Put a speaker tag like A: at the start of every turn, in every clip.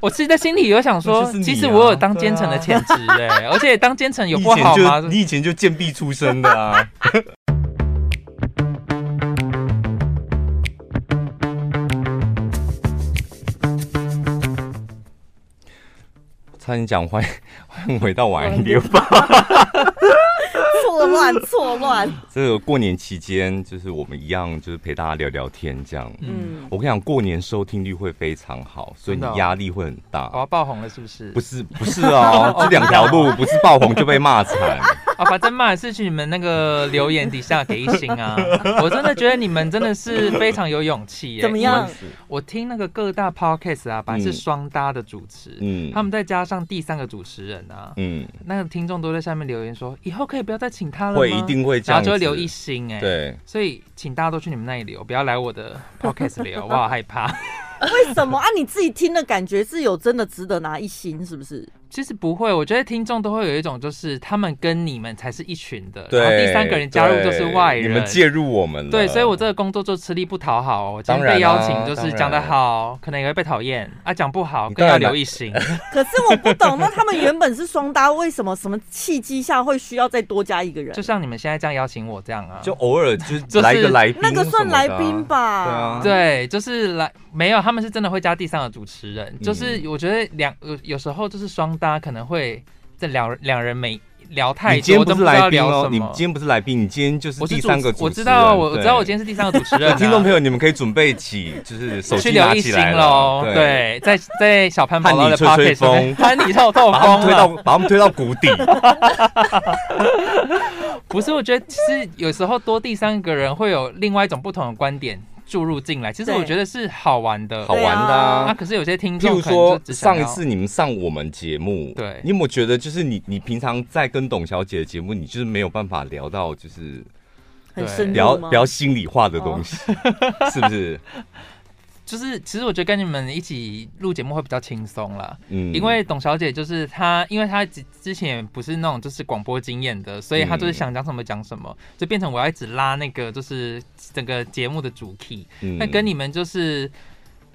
A: 我其实在心里有想说，
B: 那就是你啊
A: 其实我有当奸臣的潜质 哎，而且当奸臣有
B: 你以
A: 不好
B: 前
A: 吗
B: 就？你以前就贱婢出身的 啊。差点讲欢迎欢迎回到晚安流吧。
C: 错乱错乱，
B: 这个过年期间，就是我们一样，就是陪大家聊聊天这样。
C: 嗯，
B: 我跟你讲，过年收听率会非常好，所以
A: 真
B: 你
A: 的哦哦
B: 压力会很大。
A: 我要爆红了是不是？
B: 不是不是 哦，这两条路不是爆红就被骂惨。嗯
A: 啊，反正嘛也是去你们那个留言底下给一星 啊！我真的觉得你们真的是非常有勇气耶、
C: 怎么样？
A: 我听那个各大 podcast 啊，本来是双搭的主持，
B: 嗯
A: 他们再加上第三个主持人啊，
B: 嗯，
A: 那个听众都在下面留言说，以后可以不要再请他了吗？
B: 会一定会这
A: 然后
B: 样子，
A: 就会留一星哎、。
B: 对，
A: 所以，请大家都去你们那里留，不要来我的 podcast 留，我好害怕。
C: 为什么啊？你自己听的感觉是有真的值得拿一星，是不是？
A: 其实不会，我觉得听众都会有一种，就是他们跟你们才是一群的，
B: 对，
A: 然后第三个人加入就是外人，
B: 对你们介入我们了，
A: 对，所以我这个工作就吃力不讨好哦。我今天
B: 当然
A: 被邀
B: 啊
A: 请，就是
B: 当然
A: 讲得好，可能也会被讨厌啊；讲不好，
B: 你
A: 更
B: 当
A: 要
B: 然
A: 留
B: 了
A: 一行。
C: 可是我不懂，那他们原本是双搭，为什么什么契机下会需要再多加一个人
A: 就？像你们现在这样邀请我这样啊，
B: 就偶尔就是是来一个来宾什
C: 那
B: 么的啊，
C: 个算来宾吧？
B: 对啊
A: 对，就是来没有，他们是真的会加第三个主持
B: 嗯
A: 人。就是我觉得两有有时候就是双搭可能会这两两人没聊太
B: 你今
A: 多，
B: 天
A: 都
B: 不
A: 不知
B: 是
A: 道
B: 来宾
A: 聊
B: 哦
A: 什，
B: 你
A: 么
B: 今。天不是来宾，你今天就是
A: 我是
B: 第
A: 主
B: 三个主持人。
A: 我知道，我我
B: 对
A: 知道，我今天是第三个主持人啊。
B: 听众朋友，你们可以准备起，就是手
A: 去
B: 机
A: 留
B: 拿
A: 一
B: 起
A: 星
B: 来
A: 喽
B: 了，，
A: 对，在在小潘宝
B: 和
A: 宝
B: 你
A: 的
B: 吹吹
A: podcast 上 面，喊你透透
B: 把他们
A: 风
B: 推
A: 了
B: 到。把他们推到谷底。
A: 不是，我觉得其实有时候多第三个人会有另外一种不同的观点注入进来，其实
C: 对
A: 我觉得是好玩的。
B: 好玩的
A: 啊，
B: 啊。
A: 可是有些听
B: 譬
A: 众
B: 如
A: 可能就
B: 说
A: 只想
B: 上
A: 要
B: 一次你们上我们节目，
A: 对
B: 你有没有觉得就是你你平常在跟董小姐的节目，你就是没有办法聊到就是
C: 很深
B: 聊
C: 入吗？
B: 聊心里话的
A: 哦
B: 东西， 是不是？
A: 就是，其实我觉得跟你们一起录节目会比较轻松啦。
B: 嗯
A: 因为董小姐就是她，因为她之之前不是那种就是广播经验的，所以她就是
B: 嗯
A: 想讲什么讲什么，就变成我要一直拉那个就是整个节目的主 key。那跟
B: 你
A: 你们就是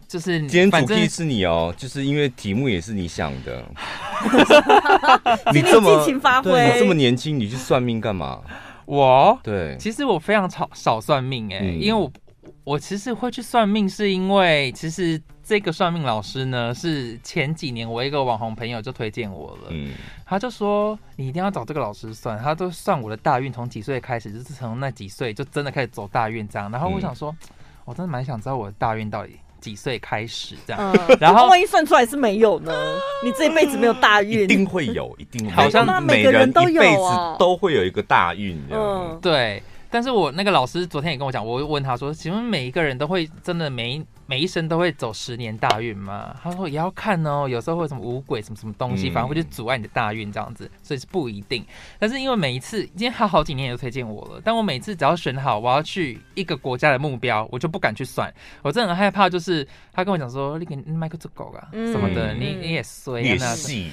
A: 就是
B: 嗯今天
A: 反
B: 主
A: 正
B: 题是你哦，就是因为题目也是你想 的，
C: 请你
B: 这么
C: 尽情发挥
B: 对你这么年轻，你去算命干嘛？
A: 我
B: 对，
A: 其实我非常少少算命哎、
B: 嗯
A: 因为我我其实会去算命，是因为其实这个算命老师呢是前几年我一个网红朋友就推荐我了，
B: 嗯，
A: 他就说你一定要找这个老师算，他都算我的大运从几岁开始，就是从那几岁就真的开始走大运这样。然后我
B: 嗯
A: 想说，我真的蛮想知道我的大运到底几岁开始这样。
C: 嗯，
A: 然后
C: 万一算出来是没有呢？你这一辈子没有大
B: 一
C: 运，
B: 定会有，一定会有
A: 好像
C: 每个人
B: 人
C: 都
B: 一
C: 有
B: 辈子
C: 啊
B: 都会有一个大运，
C: 嗯
B: 嗯，，
A: 对，但是我那个老师昨天也跟我讲，我问他说，请问每一个人都会真的每一每一生都会走十年大运吗？他说也要看哦，有时候会有什么五鬼什么什么东西，
B: 嗯
A: 反正会去阻碍你的大运这样子，所以是不一定。但是因为每一次，因为他好几年也推荐我了，但我每次只要选好我要去一个国家的目标，我就不敢去算，我真的很害怕，就是他跟我讲说，你给你麦克做狗啊
C: 嗯
A: 什么的，你
C: 嗯
A: 你也衰
B: 也
A: 啊那种，
B: 戏，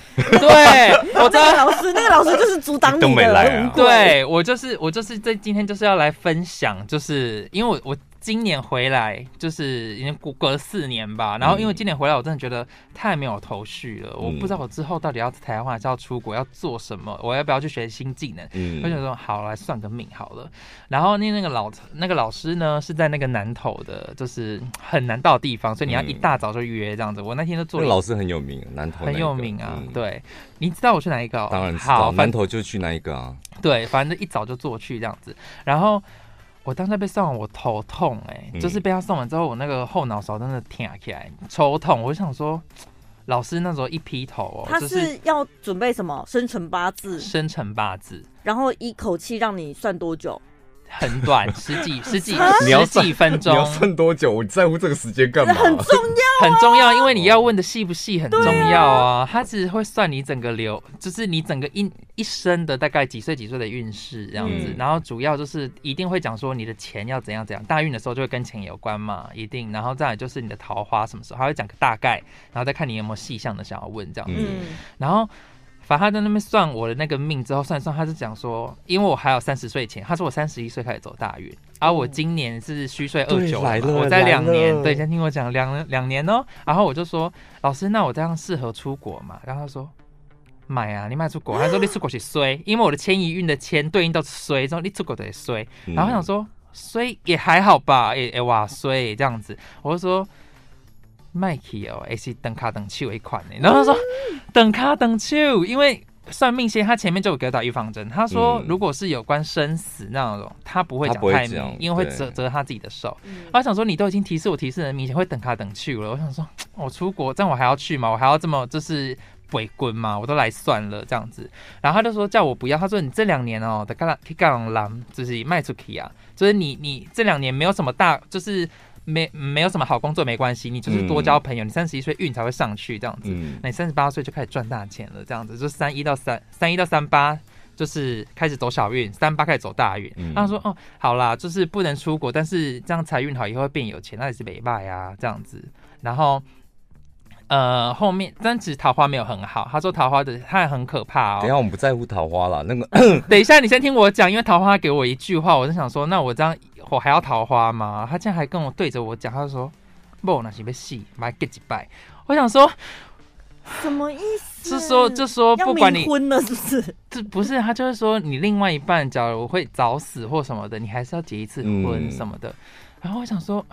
A: 对我真
C: 那
A: 的
C: 个老师，那个老师就是阻挡
B: 都
C: 你
B: 没
C: 的，
B: 来啊
C: 无鬼，
A: 对我就是我就是在今天就是要来分享，就是因为我我今年回来就是已经过隔了四年吧，然后因为今年回来我真的觉得太没有头绪
B: 嗯
A: 了，我不知道我之后到底要在台湾还是要出国要做什么，我要不要去学新技能。
B: 嗯
A: 我就想说好来算个命好了，然后那那个老那个老师呢是在那个南头的，就是很难到的地方，所以你要一
B: 嗯
A: 大早就约这样子。我那天就
B: 那
A: 做
B: 个
A: 了一
B: 老师很有名，南投那
A: 很
B: 个
A: 有名啊，
B: 嗯
A: 对，你知道我去哪一个哦、
B: 当然知
A: 好，
B: 道，
A: 反
B: 南投就去那一个啊，
A: 对，反正一早就坐去这样子。然后我当下被送完，我头痛哎、
B: 嗯
A: 就是被他送完之后，我那个后脑勺真的挺起来，抽痛。我就想说，老师那时候一劈头哦，
C: 他
A: 就是
C: 是要准备什么生辰八字，
A: 生辰八字
C: 然后一口气让你算多久？
A: 很短，十几十几
B: 你要
A: 十
B: 算
A: 几分钟，
B: 多久？我在乎这个时间干
C: 很重要，
A: 很重要，因为你要问的细不细很重要啊。他只会算你整个流，就是你整个一一生的大概几岁几岁的运势这样子。
B: 嗯
A: 然后主要就是一定会讲说你的钱要怎样怎样，大运的时候就会跟钱有关嘛，一定。然后再来就是你的桃花什么时候，他会讲个大概，然后再看你有没有细项的想要问这样子。
B: 嗯
C: 嗯，
A: 然后反正他在那边算我的那个命之后算一算，他是讲说，因为我还有三十岁前，他说我三十一岁开始走大运，而、我今年是虚岁二
B: 对
A: 九
B: 来了
A: 我在两
B: 来
A: 年，
B: 了
A: 对，先听我讲两两年哦。然后我就说，老师，那我这样适合出国吗？然后他说。买啊！你买出国，他说你出国是衰，因为我的迁移运的迁对应到衰，之后你出国得衰。
B: 嗯
A: 然后我想
B: 说，
A: 说，衰也还好吧，也也哇衰这样子，我就说。麦克哦，也是等卡等手一款呢。欸然后他说等卡等手，因为算命先他前面就有给我打预防针，他说
B: 嗯
A: 如果是有关生死那种，他不会
B: 他
A: 讲
B: 不会
A: 太
B: 讲
A: 明，因为会
B: 对
A: 折折他自己的手。
C: 嗯
A: 我想说，你都已经提示我提示的明显会等卡等去了。我想说，我出国，这样我还要去吗？我还要这么就是鬼滚吗？我都来算了这样子。然后他就说叫我不要，他说你这两年哦，的干去干狼就是卖出去啊，就是你你这两年没有什么大就是。没没有什么好工作没关系，你就是多交朋友，你三十一岁运才会上去这样子。
B: 嗯，
A: 那你三十八岁就开始赚大钱了，这样子就三一到三三一到三八。就是开始走小运，三八开始走大运。
B: 嗯
A: 然后说哦，好啦，就是不能出国，但是这样财运好，以后会变有钱，那也是美败啊，这样子。然后，呃，后面但其实桃花没有很好。他说桃花的他很可怕哦。
B: 等一下我们不在乎桃花啦，那个
A: 等一下，你先听我讲，因为桃花给我一句话，我就想说，那我这样我还要桃花吗？他竟然还跟我对着我讲，他就说，不，那是被戏，买 get 几拜。我想说，
C: 什么意思？
A: 是说就说
C: 要
A: 不管
C: 冥
A: 你
C: 婚了是不是？
A: 这不是他就是说你另外一半，假如会早死或什么的，你还是要结一次婚
B: 嗯
A: 什么的。然后我想说，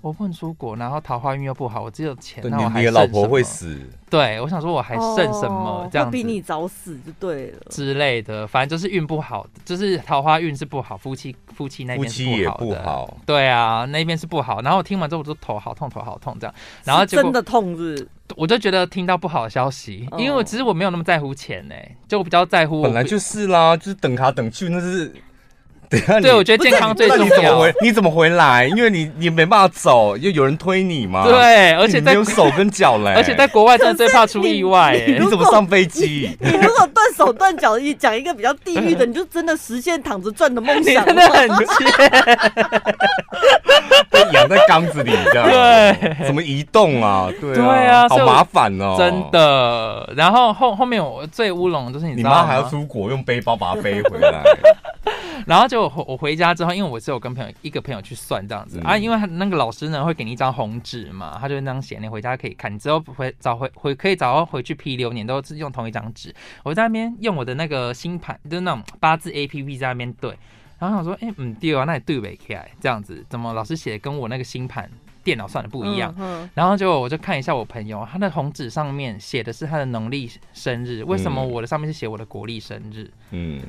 A: 我不能出国，然后桃花运又不好，我只有钱，
B: 对
A: 那我
B: 你
A: 还
B: 你的
A: 剩
B: 老婆会
A: 什么
B: 死，
A: 对，我想说我还剩什么、
C: 哦
A: 这样
C: 会
A: 子
C: 比你早死就对了。
A: 之类的，反正就是运不好，就是桃花运是不好，夫妻夫妻那
B: 夫
A: 边
B: 妻
A: 是
B: 也
A: 好
B: 不
A: 的。
B: 好，
A: 对啊，那边是不好。然后我听完之后，我就头好痛，头好痛这样。然后
C: 是
A: 结
C: 真
A: 果
C: 的痛是不是
A: 我就觉得听到不好的消息，
C: 哦
A: 因为我其实我没有那么在乎钱呢、就我比较在乎我
B: 本来就是啦，就是等卡等去，那是 等一下你
A: 对我觉得健康最
B: 那
A: 重
B: 你怎么
A: 要。
B: 回？你怎么回来？因为你你没办法走，又有人推你嘛。，
A: 对，而且
B: 啊你没
A: 在
B: 有哎手跟脚嘞。
A: 而且在国外真的最怕出意外、
C: 可是
A: 欸
B: 你。怎么上 飞机？
C: 你如果断手断脚，你讲一个比较地狱的，你就真的实现躺着赚的梦
A: 你
C: 想
A: 真的
C: 了。
A: 很贱，
B: 被养在缸子里这样。
A: 对，
B: 怎么移动啊？对
A: 对啊
B: 好
A: 所以我
B: 麻烦哦。
A: 真。的。然后后后面我最乌龙的就是你
B: 你
A: 知道
B: 妈还要
A: 吗？
B: 出国，用背包把它背回来。
A: 然后就我回我回家之后，因为我是有跟朋友一个朋友去算这样子、
B: 嗯
A: 啊，因为他那个老师呢会给你一张红纸嘛，他就那张写，你回家可以看，你之后回找回回可以找到回去批流年都是用同一张纸。我在那边用我的那个星盘，就是那种八字 A P P 在那边对，然后想说，哎、嗯对啊，那你对不起来这样子，怎么老师写的跟我那个星盘电脑算的不一样？
C: 嗯，
A: 然后就我就看一下我朋友，他的红纸上面写的是他的农历生日，为什么
B: 嗯
A: 我的上面是写我的国历生日？
B: 嗯，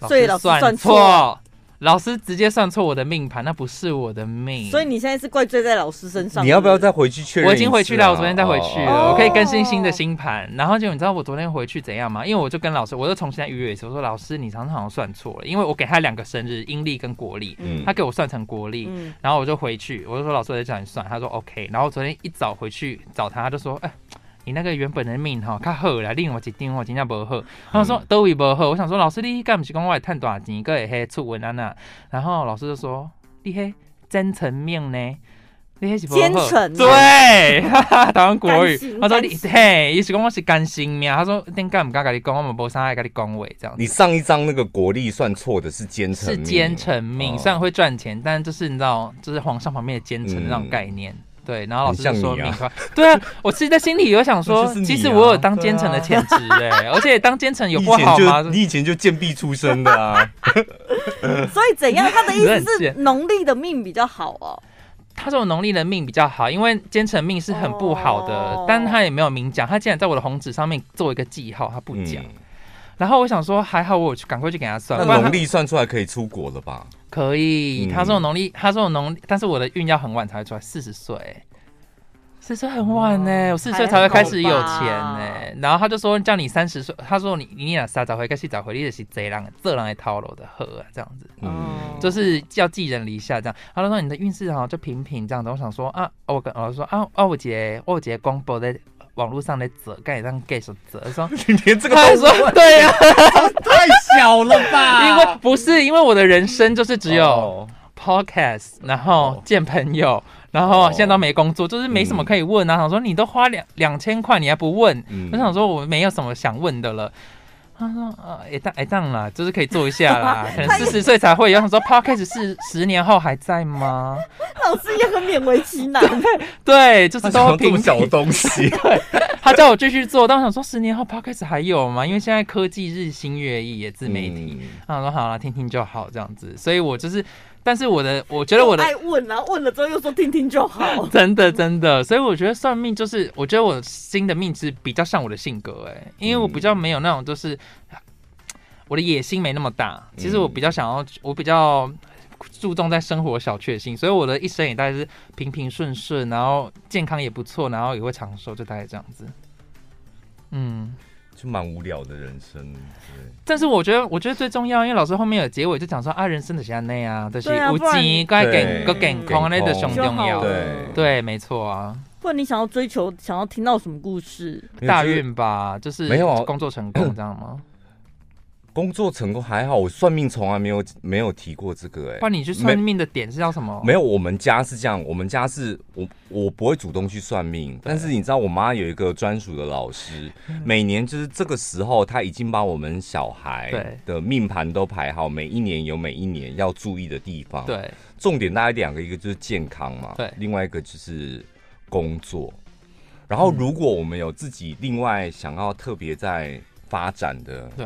A: 老
C: 所以
A: 师
C: 老师
A: 算
C: 算
A: 错，老师直接算错我的命盘，那不是我的命。
C: 嗯所以你现在是怪罪在老师身上。
B: 你要不要
C: 是是
B: 再回去确认一次啊？
A: 我已经回去了，我昨天再回去了，
B: 哦
A: 我可以更新新的星盘。然后就你知道我昨天回去怎样吗？因为我就跟老师，我又重新再预约一次，我说老师，你常常好像算错了，因为我给他两个生日，阴历跟国历，
B: 嗯
A: 他给我算成国历，
C: 嗯，
A: 然后我就回去，我就说老师我在叫你算，他说 OK。然后昨天一早回去找他，他就说，哎、你那个原本的命哈，较好啦，另外一张我真正无好。他就
C: 嗯
A: 说都位无好，我想说老师你干不是讲我会赚大钱，个会嘿出文啊那。然后老师就说你嘿真诚命呢，你嘿是不好
C: 奸臣
A: 对， 哈哈，台湾国
C: 啊甘
A: 语
C: 心。
A: 他说你
C: 甘心
A: 嘿，伊是讲我是甘心命，他说恁敢唔敢跟你讲，我们无啥爱跟你讲话这样子。
B: 你上一张那个国历算错的是奸臣
A: 是
B: 命，
A: 奸臣命，
B: 哦
A: 虽然会赚钱，但就是你知道，就是皇上旁边的奸臣那种概念。对，然后老师就说
B: 嗯很像
A: 命
B: 你啊
A: 宽，对啊，我其实，在心里有想
B: 那
A: 说
B: 就是，你啊
A: 其实我有当奸臣的 潜质哎，而且当奸臣有
B: 你以
A: 不好
B: 前
A: 吗
B: 就？你以前就贱婢出身的啊，
C: 所以怎样？他的意
A: 你很
C: 思是
A: 贱
C: 农历的命比较好哦。
A: 他说我农历的命比较好，因为奸臣命是很不好的
C: 哦，
A: 但他也没有明讲，他竟然在我的红纸上面做一个记号， 他不讲。
B: 嗯
A: 然后我想说，还好我有去赶快去给他算，
B: 那
A: 不然他
B: 农历算出来可以出国了吧？
A: 可以，
B: 嗯
A: 他说我农历，他说我农历，但是我的运要很晚才会出来，四十岁，四十岁很晚呢、我四十岁才会开始有钱呢、然后他就说叫你三十岁，他说你你俩三十回该去找回，你就是贼人，这人来套路的喝啊，这样子，
B: 嗯，
A: 就是要寄人篱下这样。他就说你的运势好像就平平这样子，我想说啊，我跟我就说啊，啊我姐我姐公布在网络上在折，盖上盖手折，说
B: 你连这个
A: 他还
B: 都
A: 说对 呀、
B: 太小了吧？
A: 因为不是因为我的人生就是只有。
B: 哦
A: podcast，然后见朋友，然
B: 哦
A: 后现在都没工作，就是没什
B: 嗯
A: 么可以问啊。想说你都花两两千块，你还不问？
B: 嗯
A: 我想说我没有什么想问的了。他说呃，哎当哎当啦，就是可以做一下 啦，可能四十岁才会有。想说 podcast 是十年后还在 吗？
C: 老师也很勉为其难。
A: 对，就是
B: 他
A: 都
B: 想这
A: 平
B: 么小的
A: 平。
B: 东西，
A: 他叫我继续做，但我想说十年后 podcast 还有吗？因为现在科技日新月异，也 自媒体。
B: 体。
A: 他说好啦，听听就好这样子。所以我就是，但是我的， 我觉得我的。
C: 爱问啊，问了之后又说听听就 好
A: 真的真的，所以我觉得算命就是，我觉得我新的命是比较像我的性格哎、因为我比较没有那种就是我的野心没那么大，其实我比较想要，我比较注重在生活小确幸，所以我的一生也大概是平平顺顺，然后健康也不错，然后也会长寿，就大概这样子。嗯，
B: 就蛮无聊的人生，对，
A: 但是我觉得，我觉得最重要，因为老师后面有结尾就讲说啊，人生的是那样啊，就是
C: 对啊
A: 有
C: 不然
A: 钱该
B: 对
A: 健个健康那
B: 健
A: 的
B: 康
A: 熊重要，
C: 就好
B: 了
A: 对，没错啊。
C: 不然你想要追求，想要听到什么故事？
A: 大运吧，就是
B: 没有啊
A: 工作成功，这样 吗？
B: 工作成功还好，我算命从来没有没有提过这个、
A: 不
B: 哎，
A: 然你去算命的点是要什么？
B: 没有。我们家是这样，我们家是我我不会主动去算命，但是你知道，我妈有一个专属的老师，
A: 嗯
B: 每年就是这个时候，她已经把我们小孩
A: 对
B: 的命盘都排好，每一年有每一年要注意的地方。，
A: 对
B: 重点大概两个，一个就是健康嘛，
A: 对
B: 另外一个就是工作。然
A: 嗯
B: 后，如果我们有自己另外想要特别在发展的，
A: 对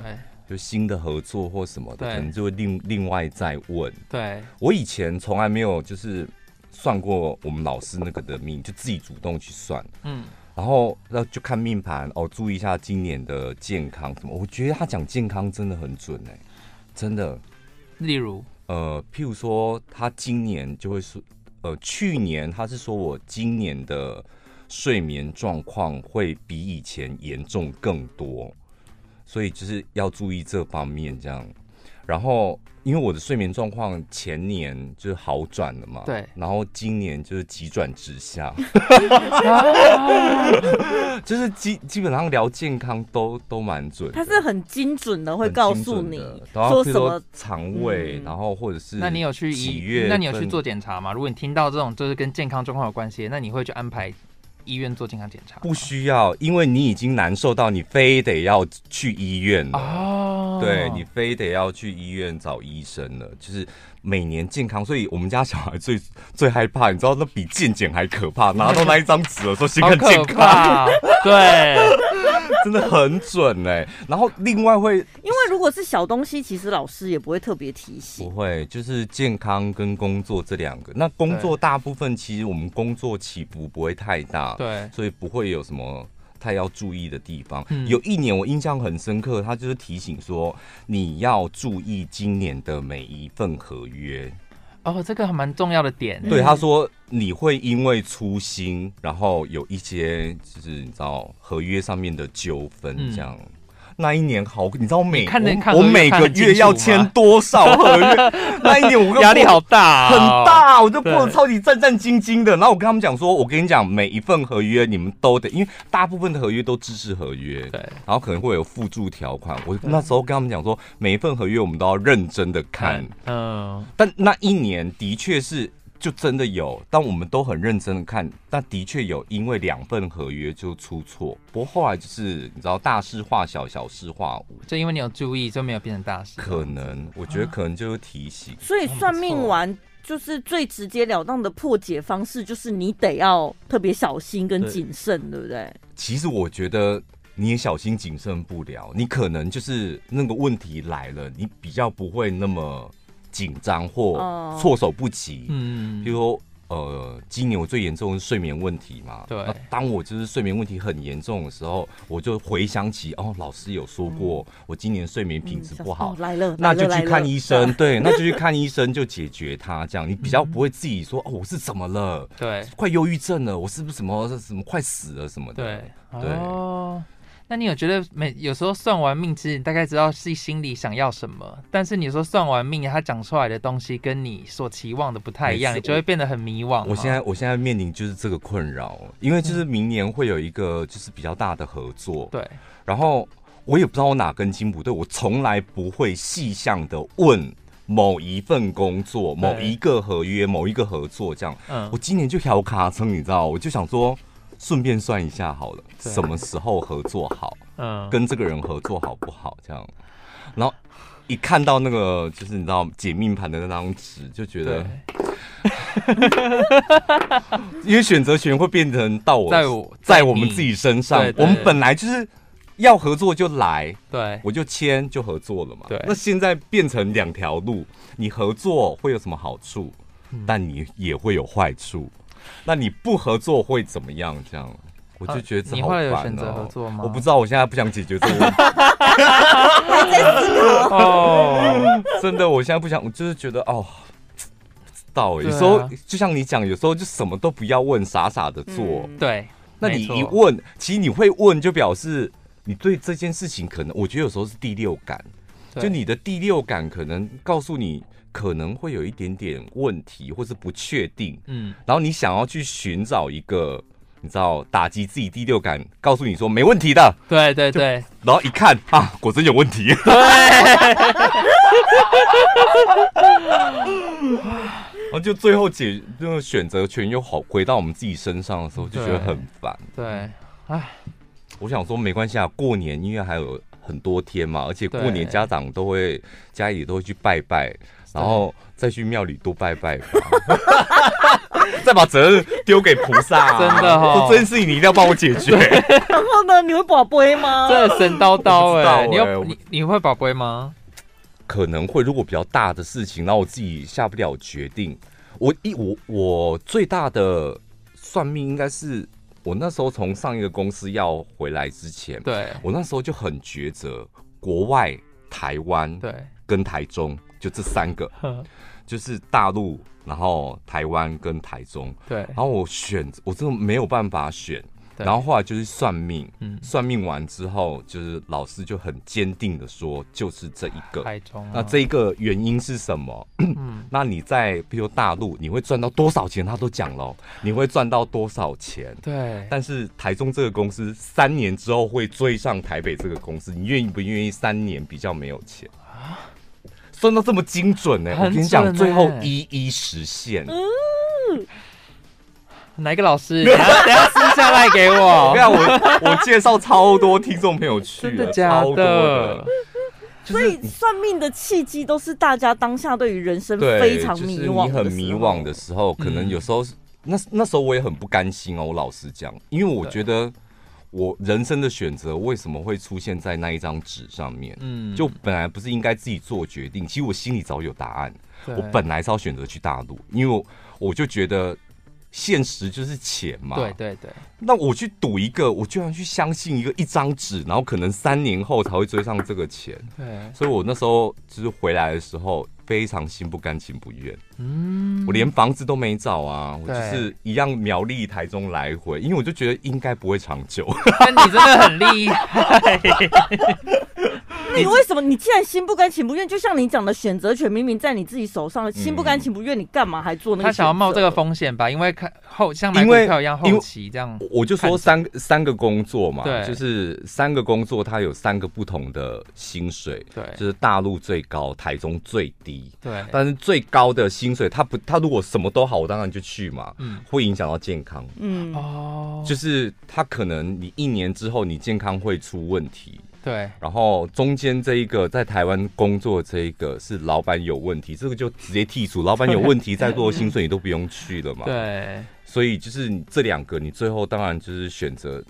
B: 就新的合作或什么的，
A: 对
B: 可能就会另另外再问。
A: 对，
B: 我以前从来没有就是算过我们老师那个的命，就自己主动去算，
A: 嗯，
B: 然后那就看命盘哦，注意一下今年的健康什么。我觉得他讲健康真的很准哎、真的。
A: 例如，
B: 呃，譬如说他今年就会说，呃，去年他是说我今年的睡眠状况会比以前严重更多，所以就是要注意这方面这样。然后因为我的睡眠状况前年就是好转了嘛，
A: 对
B: 然后今年就是急转直下，就是基基本上聊健康都都蛮准的，
C: 他是很精准的，会
B: 很
C: 告
B: 精
C: 诉
B: 准
C: 你
B: 的然后
C: 说
B: 譬如
C: 什么。
B: 肠胃，
A: 嗯
B: 然后或者是
A: 那你有去
B: 几
A: 医
B: 月？，
A: 那你有去做？检查吗？如果你听到这种就是跟健康状况有关系，那你会去安排医院做健康检查吗？
B: 不需要，因为你已经难受到你非得要去医院了。
A: 哦，
B: 对你非得要去医院找医生了，就是每年健康，所以我们家小孩最最害怕，你知道那比健检还可怕。拿到那一张纸的时候，先
A: 好
B: 看健
A: 可
B: 康，
A: 怕，对，
B: 真的很准哎、然后另外会
C: 因为如果是小东西，其实老师也不会特别提
B: 不
C: 醒。
B: 会，就是健康跟工作这两个。那工作
A: 对
B: 大部分其实我们工作起伏不会太大，
A: 对
B: 所以不会有什么太要注意的地方。
A: 嗯
B: 有一年我印象很深刻，他就是提醒说你要注意今年的每一份合约。
A: 哦，这个还蛮重要的点，
B: 对，他说你会因为粗心，然后有一些就是你知道合约上面的纠纷
A: 嗯
B: 这样。那一年好，你知道每
A: 你看得看
B: 我我
A: 合约
B: 每
A: 看
B: 个
A: 得清
B: 月要
A: 楚吗
B: 签多少合 约？那一年我跟
A: 压力
B: 我
A: 好大，哦
B: 很，大，我就过得
A: 对
B: 超级战战兢兢的。然后我跟他们讲说，我跟你讲，每一份合约你们都得，因为大部分的合约都知识合约，
A: 对，
B: 然后可能会有附注条款。我那时候跟他们讲说，每一份合约我们都要认真的看。
A: 嗯，
B: 但那一年的确是。就真的有，但我们都很认真的看，但的确有因为两份合约就出错。不过后来就是你知道大事化小，小事化无，
A: 就因为你有注意，就没有变成大事，
B: 可能我觉得可能就是提醒。
C: 所以算命完就是最直截了当的破解方式，就是你得要特别小心跟谨慎，对不对？
B: 其实我觉得你也小心谨慎不了，你可能就是那个问题来了，你比较不会那么紧张或
C: 哦
B: 措手不及。
A: 嗯
B: 比，如说，呃，今年我最严重的是睡眠问题嘛。
A: 对
B: 那当我就是睡眠问题很严重的时候，我就回想起哦，老师有说过，我今年睡眠品质不好
C: 嗯嗯想说哦。来了，
B: 那就
C: 来
B: 去
C: 了
B: 看医。
C: 来
B: 生，
C: 了
B: 对，那就去看医生就解决它，这样你比较不会自己说哦，我是怎么了，
A: 对
B: 快忧郁症了，我是不是什么什么快死了什么的，
A: 对
B: 对
A: 哦。那你有觉得每有时候算完命，其实你大概知道自己心里想要什么，但是你说算完命，他讲出来的东西跟你所期望的不太一样，
B: 没
A: 你
B: 错
A: 就会变得很迷惘吗。
B: 我现在我现在面临就是这个困扰，因为就是明年会有一个就是比较大的合作，
A: 对
B: 然后我也不知道我哪根筋不对，我从来不会细项的问某一份工作、某一个合约、某一个合作这样。
A: 嗯
B: 我今年就调卡称，你知道，我就想说。顺便算一下好了，
A: 对
B: 什么时候合作好，
A: 嗯，
B: 跟这个人合作好不好这样。然后一看到那个就是你知道解命盘的那张纸，就觉得
A: 对，
B: 因为选择权会变成到我
A: 在我
B: 在
A: 在
B: 我们
A: 你
B: 自己身上
A: 对，对
B: 我们本来就是要合作就来，
A: 对
B: 我就签就合作了嘛。
A: 对
B: 那现在变成两条路，你合作会有什么好处？
A: 嗯
B: 但你也会有坏处。那你不合作会怎么样？这样，我就觉得这
A: 啊你
B: 好
A: 后来
B: 烦、哦
A: 有选择合作吗
B: 我不知道，我现在不想解决这个 问题。
A: 哦，
B: 真的，我现在不想，我就是觉得哦。
A: 啊
B: 不知道欸，有
A: 对啊
B: 时候就像你讲，有时候就什么都不要问，傻傻的做。
C: 嗯
A: 对，
B: 那
A: 没
B: 你
A: 错
B: 一问，其实你会问，就表示你对这件事情可能，我觉得有时候是第六感，
A: 对
B: 就你的第六感可能告诉你可能会有一点点问题，或是不确定，
A: 嗯，
B: 然后你想要去寻找一个，你知道打击自己第六感，告诉你说没问题的，
A: 对对对
B: 然后一看啊，果真有问题。 然后就最后解那个选择权又好回到我们自己身上的时候，就觉得
A: 对
B: 很烦。
A: 对，
B: 我想说没关系啊，过年因为还有很多天嘛，而且过
A: 对
B: 年家长都会家里都会去拜拜，然后再去庙里多拜 拜吧，再把责任丢给菩萨啊、
A: 真的哦
B: 说这件事情你一定要帮我解决。
C: 然后呢，你会宝贝 吗？
A: 这神叨叨
B: 我不知道
A: 哎，
B: 欸
A: 你
B: 我
A: 有你你会宝贝吗？
B: 可能会如果比较大的事情，然后我自己下不了决定，我一我我最大的算命应该是我那时候从上一个公司要回来之前，
A: 对
B: 我那时候就很抉择国外、台湾
A: 对，
B: 跟台中，就这三个，
A: 呵
B: 就是大陆，然后台湾跟台中，
A: 对
B: 然后我选，我真的没有办法选。
A: 对
B: 然后后来就是算命，
A: 嗯
B: 算命完之后，就是老师就很坚定的说，就是这一个。
A: 台中啊，
B: 那这一个原因是什么？
A: 嗯
B: 那你在比如大陆，你会赚到多少钱？他都讲了哦，你会赚到多少钱？
A: 对
B: 但是台中这个公司三年之后会追上台北这个公司，你愿意不愿意三年比较没有钱算到这么精准呢、
A: 很
B: 我跟你讲，
A: 准欸
B: 最后一一实现。
A: 哪一个老师？等下等下私下赖给
B: 我
A: 我
B: 跟你，讲，我我介绍超多听众朋友去
A: 真
B: 了，
A: 的假
B: 超多的
A: 的？？
B: 就
C: 所
B: 是
C: 以算命的契机都是大家当下对于人生
B: 对，
C: 非常
B: 就是
C: 迷
B: 你
C: 惘，
B: 很迷惘的。时候，可能
A: 嗯
B: 有时候是那那时候我也很不甘心哦。我老实讲，因为我
A: 对
B: 觉得我人生的选择为什么会出现在那一张纸上面？
A: 嗯
B: 就本来不是应该自己做决定，其实我心里早有答案。
A: 对
B: 我本来是要选择去大陆，因为我我就觉得现实就是钱嘛。
A: 对对对
B: 那我去赌一个，我居然去相信一个一张纸，然后可能三年后才会追上这个钱。
A: 嗯对，
B: 所以我那时候就是回来的时候，非常心不甘情不愿，
A: 嗯
B: 我连房子都没找啊，我就
A: 对
B: 是一样苗栗、台中来回，因为我就觉得应该不会长久。
A: 但你真的很厉害，
C: 那你为什么你既然心不甘情不愿，就像你讲的选择权明明在你自己手上，心不甘情不愿，你干嘛还做那
A: 嗯
C: 个？
A: 他想要冒这个，风险吧？因为看后像买
B: 因
A: 股
B: 为
A: 票一样
B: 因为
A: 后期这样，
B: 我就说三个三个工作嘛，
A: 对
B: 就是三个工作，它有三个不同的薪水，
A: 对
B: 就是大陆最高，台中最低。
A: 对
B: 但是最高的薪水，它不，它如果什么都好，我当然就去嘛，
A: 嗯
B: 会影响到健康。
C: 嗯，
A: 哦，
B: 就是它可能你一年之后，你健康会出问题，
A: 对
B: 然后中间这一个在台湾工作这一个是老板有问题，这个就直接剔除，老板有问题，再多的薪水你都不用去了嘛。，
A: 对
B: 所以就是你这两个，你最后当然就是选择，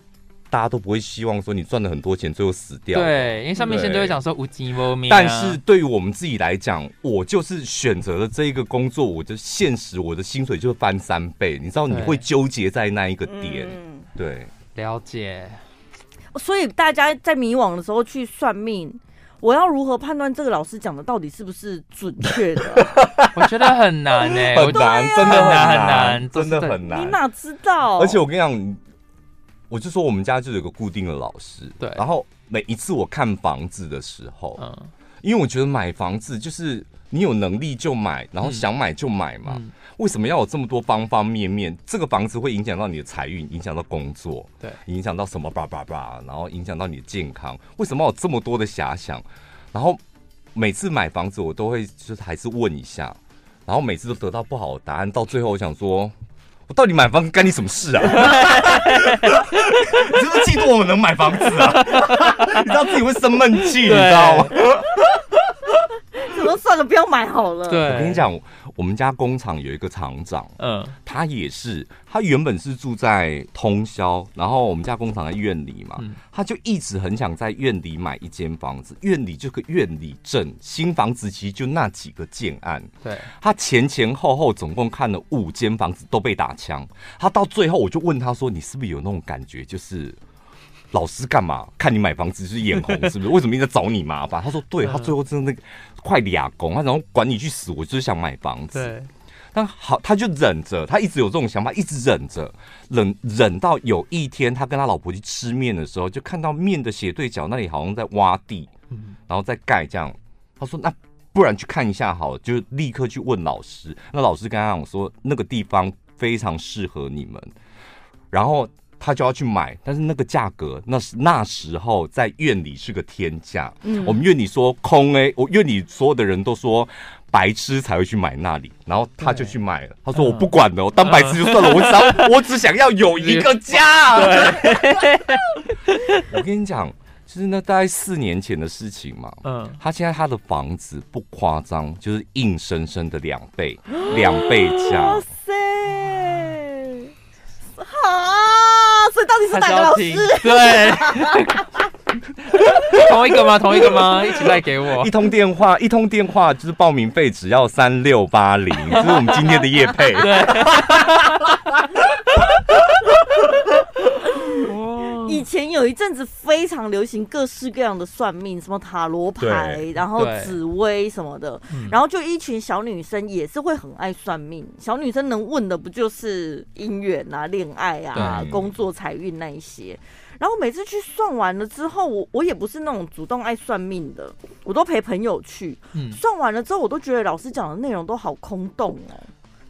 B: 大家都不会希望说你赚了很多钱最后死掉。。
A: 对，因为上面先都
B: 对
A: 会啊讲说无尽无名，
B: 但是对于我们自己来讲，我就是选择了这一个工作，我就现实我的薪水就翻三倍，你知道你
A: 对
B: 会纠结在那一个点，
C: 嗯
B: 对，
A: 了解，
C: 所以大家在迷惘的时候去算命，我要如何判断这个老师讲的到底是不是准确 的？
A: 我觉得很难哎，我
B: 很难，真的
A: 很难
B: 难，
A: 很难
B: 真的
A: 都是
B: 很难。
C: 你哪知道？
B: 而且我跟你讲，我就说我们家就有个固定的老师，
A: 对
B: 然后每一次我看房子的时候，
A: 嗯
B: 因为我觉得买房子就是你有能力就买，然后想买就买嘛。
A: 嗯
B: 为什么要有这么多方方面面？这个房子会影响到你的财运，影响到工作，
A: 对
B: 影响到什么叭叭叭，然后影响到你的健康。为什么有这么多的遐想？然后每次买房子，我都会就是还是问一下，然后每次都得到不好的答案，到最后我想说，我到底买房子干你什么 事啊？你是不是嫉妒我们能买房子啊？ 你知道自己会生闷气，你知道吗？
C: 怎么算了，不要买好了。
A: 对，
B: 我跟你，讲，我们家工厂有一个厂长，
A: 嗯
B: 他也是，他原本是住在通宵，然后我们家工厂在院里嘛，
A: 嗯
B: 他就一直很想在院里买一间房子。院里这个院里镇新房子其实就那几个建案，
A: 对，
B: 他前前后后总共看了五间房子都被打枪。他到最后我就问他说：“你是不是有那种感觉，就是？”老师干嘛？看你买房子就是眼红，是不是？为什么一直在找你麻烦？他说：“对，
A: 嗯
B: 他最后真的那个快俩工，他然后管你去死，我就是想买房子。”
A: 对，
B: 但好，他就忍着，他一直有这种想法，一直忍着，忍忍到有一天，他跟他老婆去吃面的时候，就看到面的斜对角那里好像在挖地，
A: 嗯
B: 然后再盖这样。他说：“那不然去看一下好了。”就立刻去问老师。那老师跟他讲说：“那个地方非常适合你们。”然后他就要去买，但是那个价格，那是那时候在院里是个天价。
C: 嗯
B: 我们院里说空哎、我院里所有的人都说。白痴才会去买那里，然后他就去买了。他说：“我不管了，我当白痴就算了，我只要我只想要有 一个家。” 我跟你讲，就是那大概四年前的事情嘛。
A: 嗯，
B: 他现在他的房子不夸张，就是硬生生的两倍， 两倍价
C: 哇。塞，啊！所以到底是
A: 他
C: 哪
A: 是
C: 个
A: 要
C: 老
A: 听
C: 师？，
A: 对， 同一个吗？同一个吗？一起赖给我
B: 一，通电话，一通电话就是报名费只要三六八 零，这是我们今天的夜配。
A: 嗯
C: 以前有一阵子非常流行各式各样的算命，什么塔罗牌
B: 对，
C: 然后
A: 对嗯
C: 紫薇什么的，然后就一群小女生也是会很爱算命。小女生能问的不就是姻缘啊、恋爱啊
B: 对、
C: 工作、财运那一些。然后每次去算完了之后，我我也不是那种主动爱算命的，我都陪朋友去。
A: 嗯，
C: 算完了之后，我都觉得老师讲的内容都好空洞哦，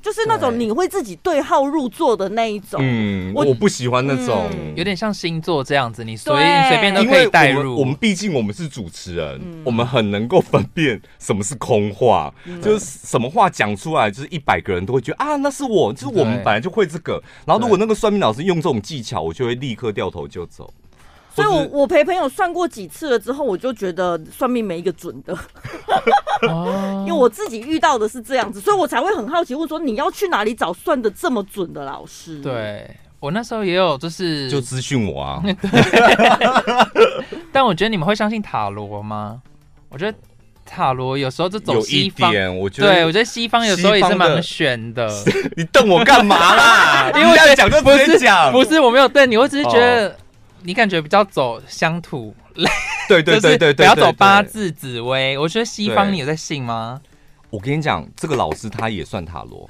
C: 就是那种
A: 对
C: 你会自己对号入座的那一种。
B: 嗯，
C: 我
B: 我不喜欢那种，
C: 嗯
A: 有点像星座这样子，你随
C: 对
A: 你随便都
B: 因
A: 可
B: 为
A: 以带
B: 我们
A: 入，
B: 我们毕竟我们是主持人，我们很能够分辨什么是空话，就是什么话讲出来，就是一百个人都会觉得啊，那是我，就是我们
A: 对
B: 本来就会这个。然后如
A: 对
B: 果那个算命老师用这种技巧，我就会立刻掉头就走。
C: 所以
B: 或
C: 我
B: 是
C: 我陪朋友算过几次了之后，我就觉得算命没一个准的，
A: 哦
B: 嗯
C: 因为我自己遇到的是这样子，所以我才会很好奇，问说你要去哪里找算的这么准的老师？，
A: 对我那时候也有，就是
B: 就咨询我啊，
A: 但我觉得你们会相信塔罗吗？我觉得塔罗有时候这种
B: 有一
A: 西方，
B: 点，我觉
A: 对我
B: 得
A: 觉得西方有时候也是蛮选的，
B: 你瞪我干嘛啦？
A: 因为我
B: 你
A: 觉
B: 要
A: 得
B: 讲就
A: 不
B: 直接
A: 是
B: 讲，哦
A: 不是我没有对你，我只是觉得你感觉比较走乡土，
B: 对对对
A: 就是
B: 对对，
A: 不要走
B: 对
A: 八。字、紫薇。我觉得西方
B: 对
A: 你有在信吗？
B: 我跟你讲，这个老师他也算塔 罗。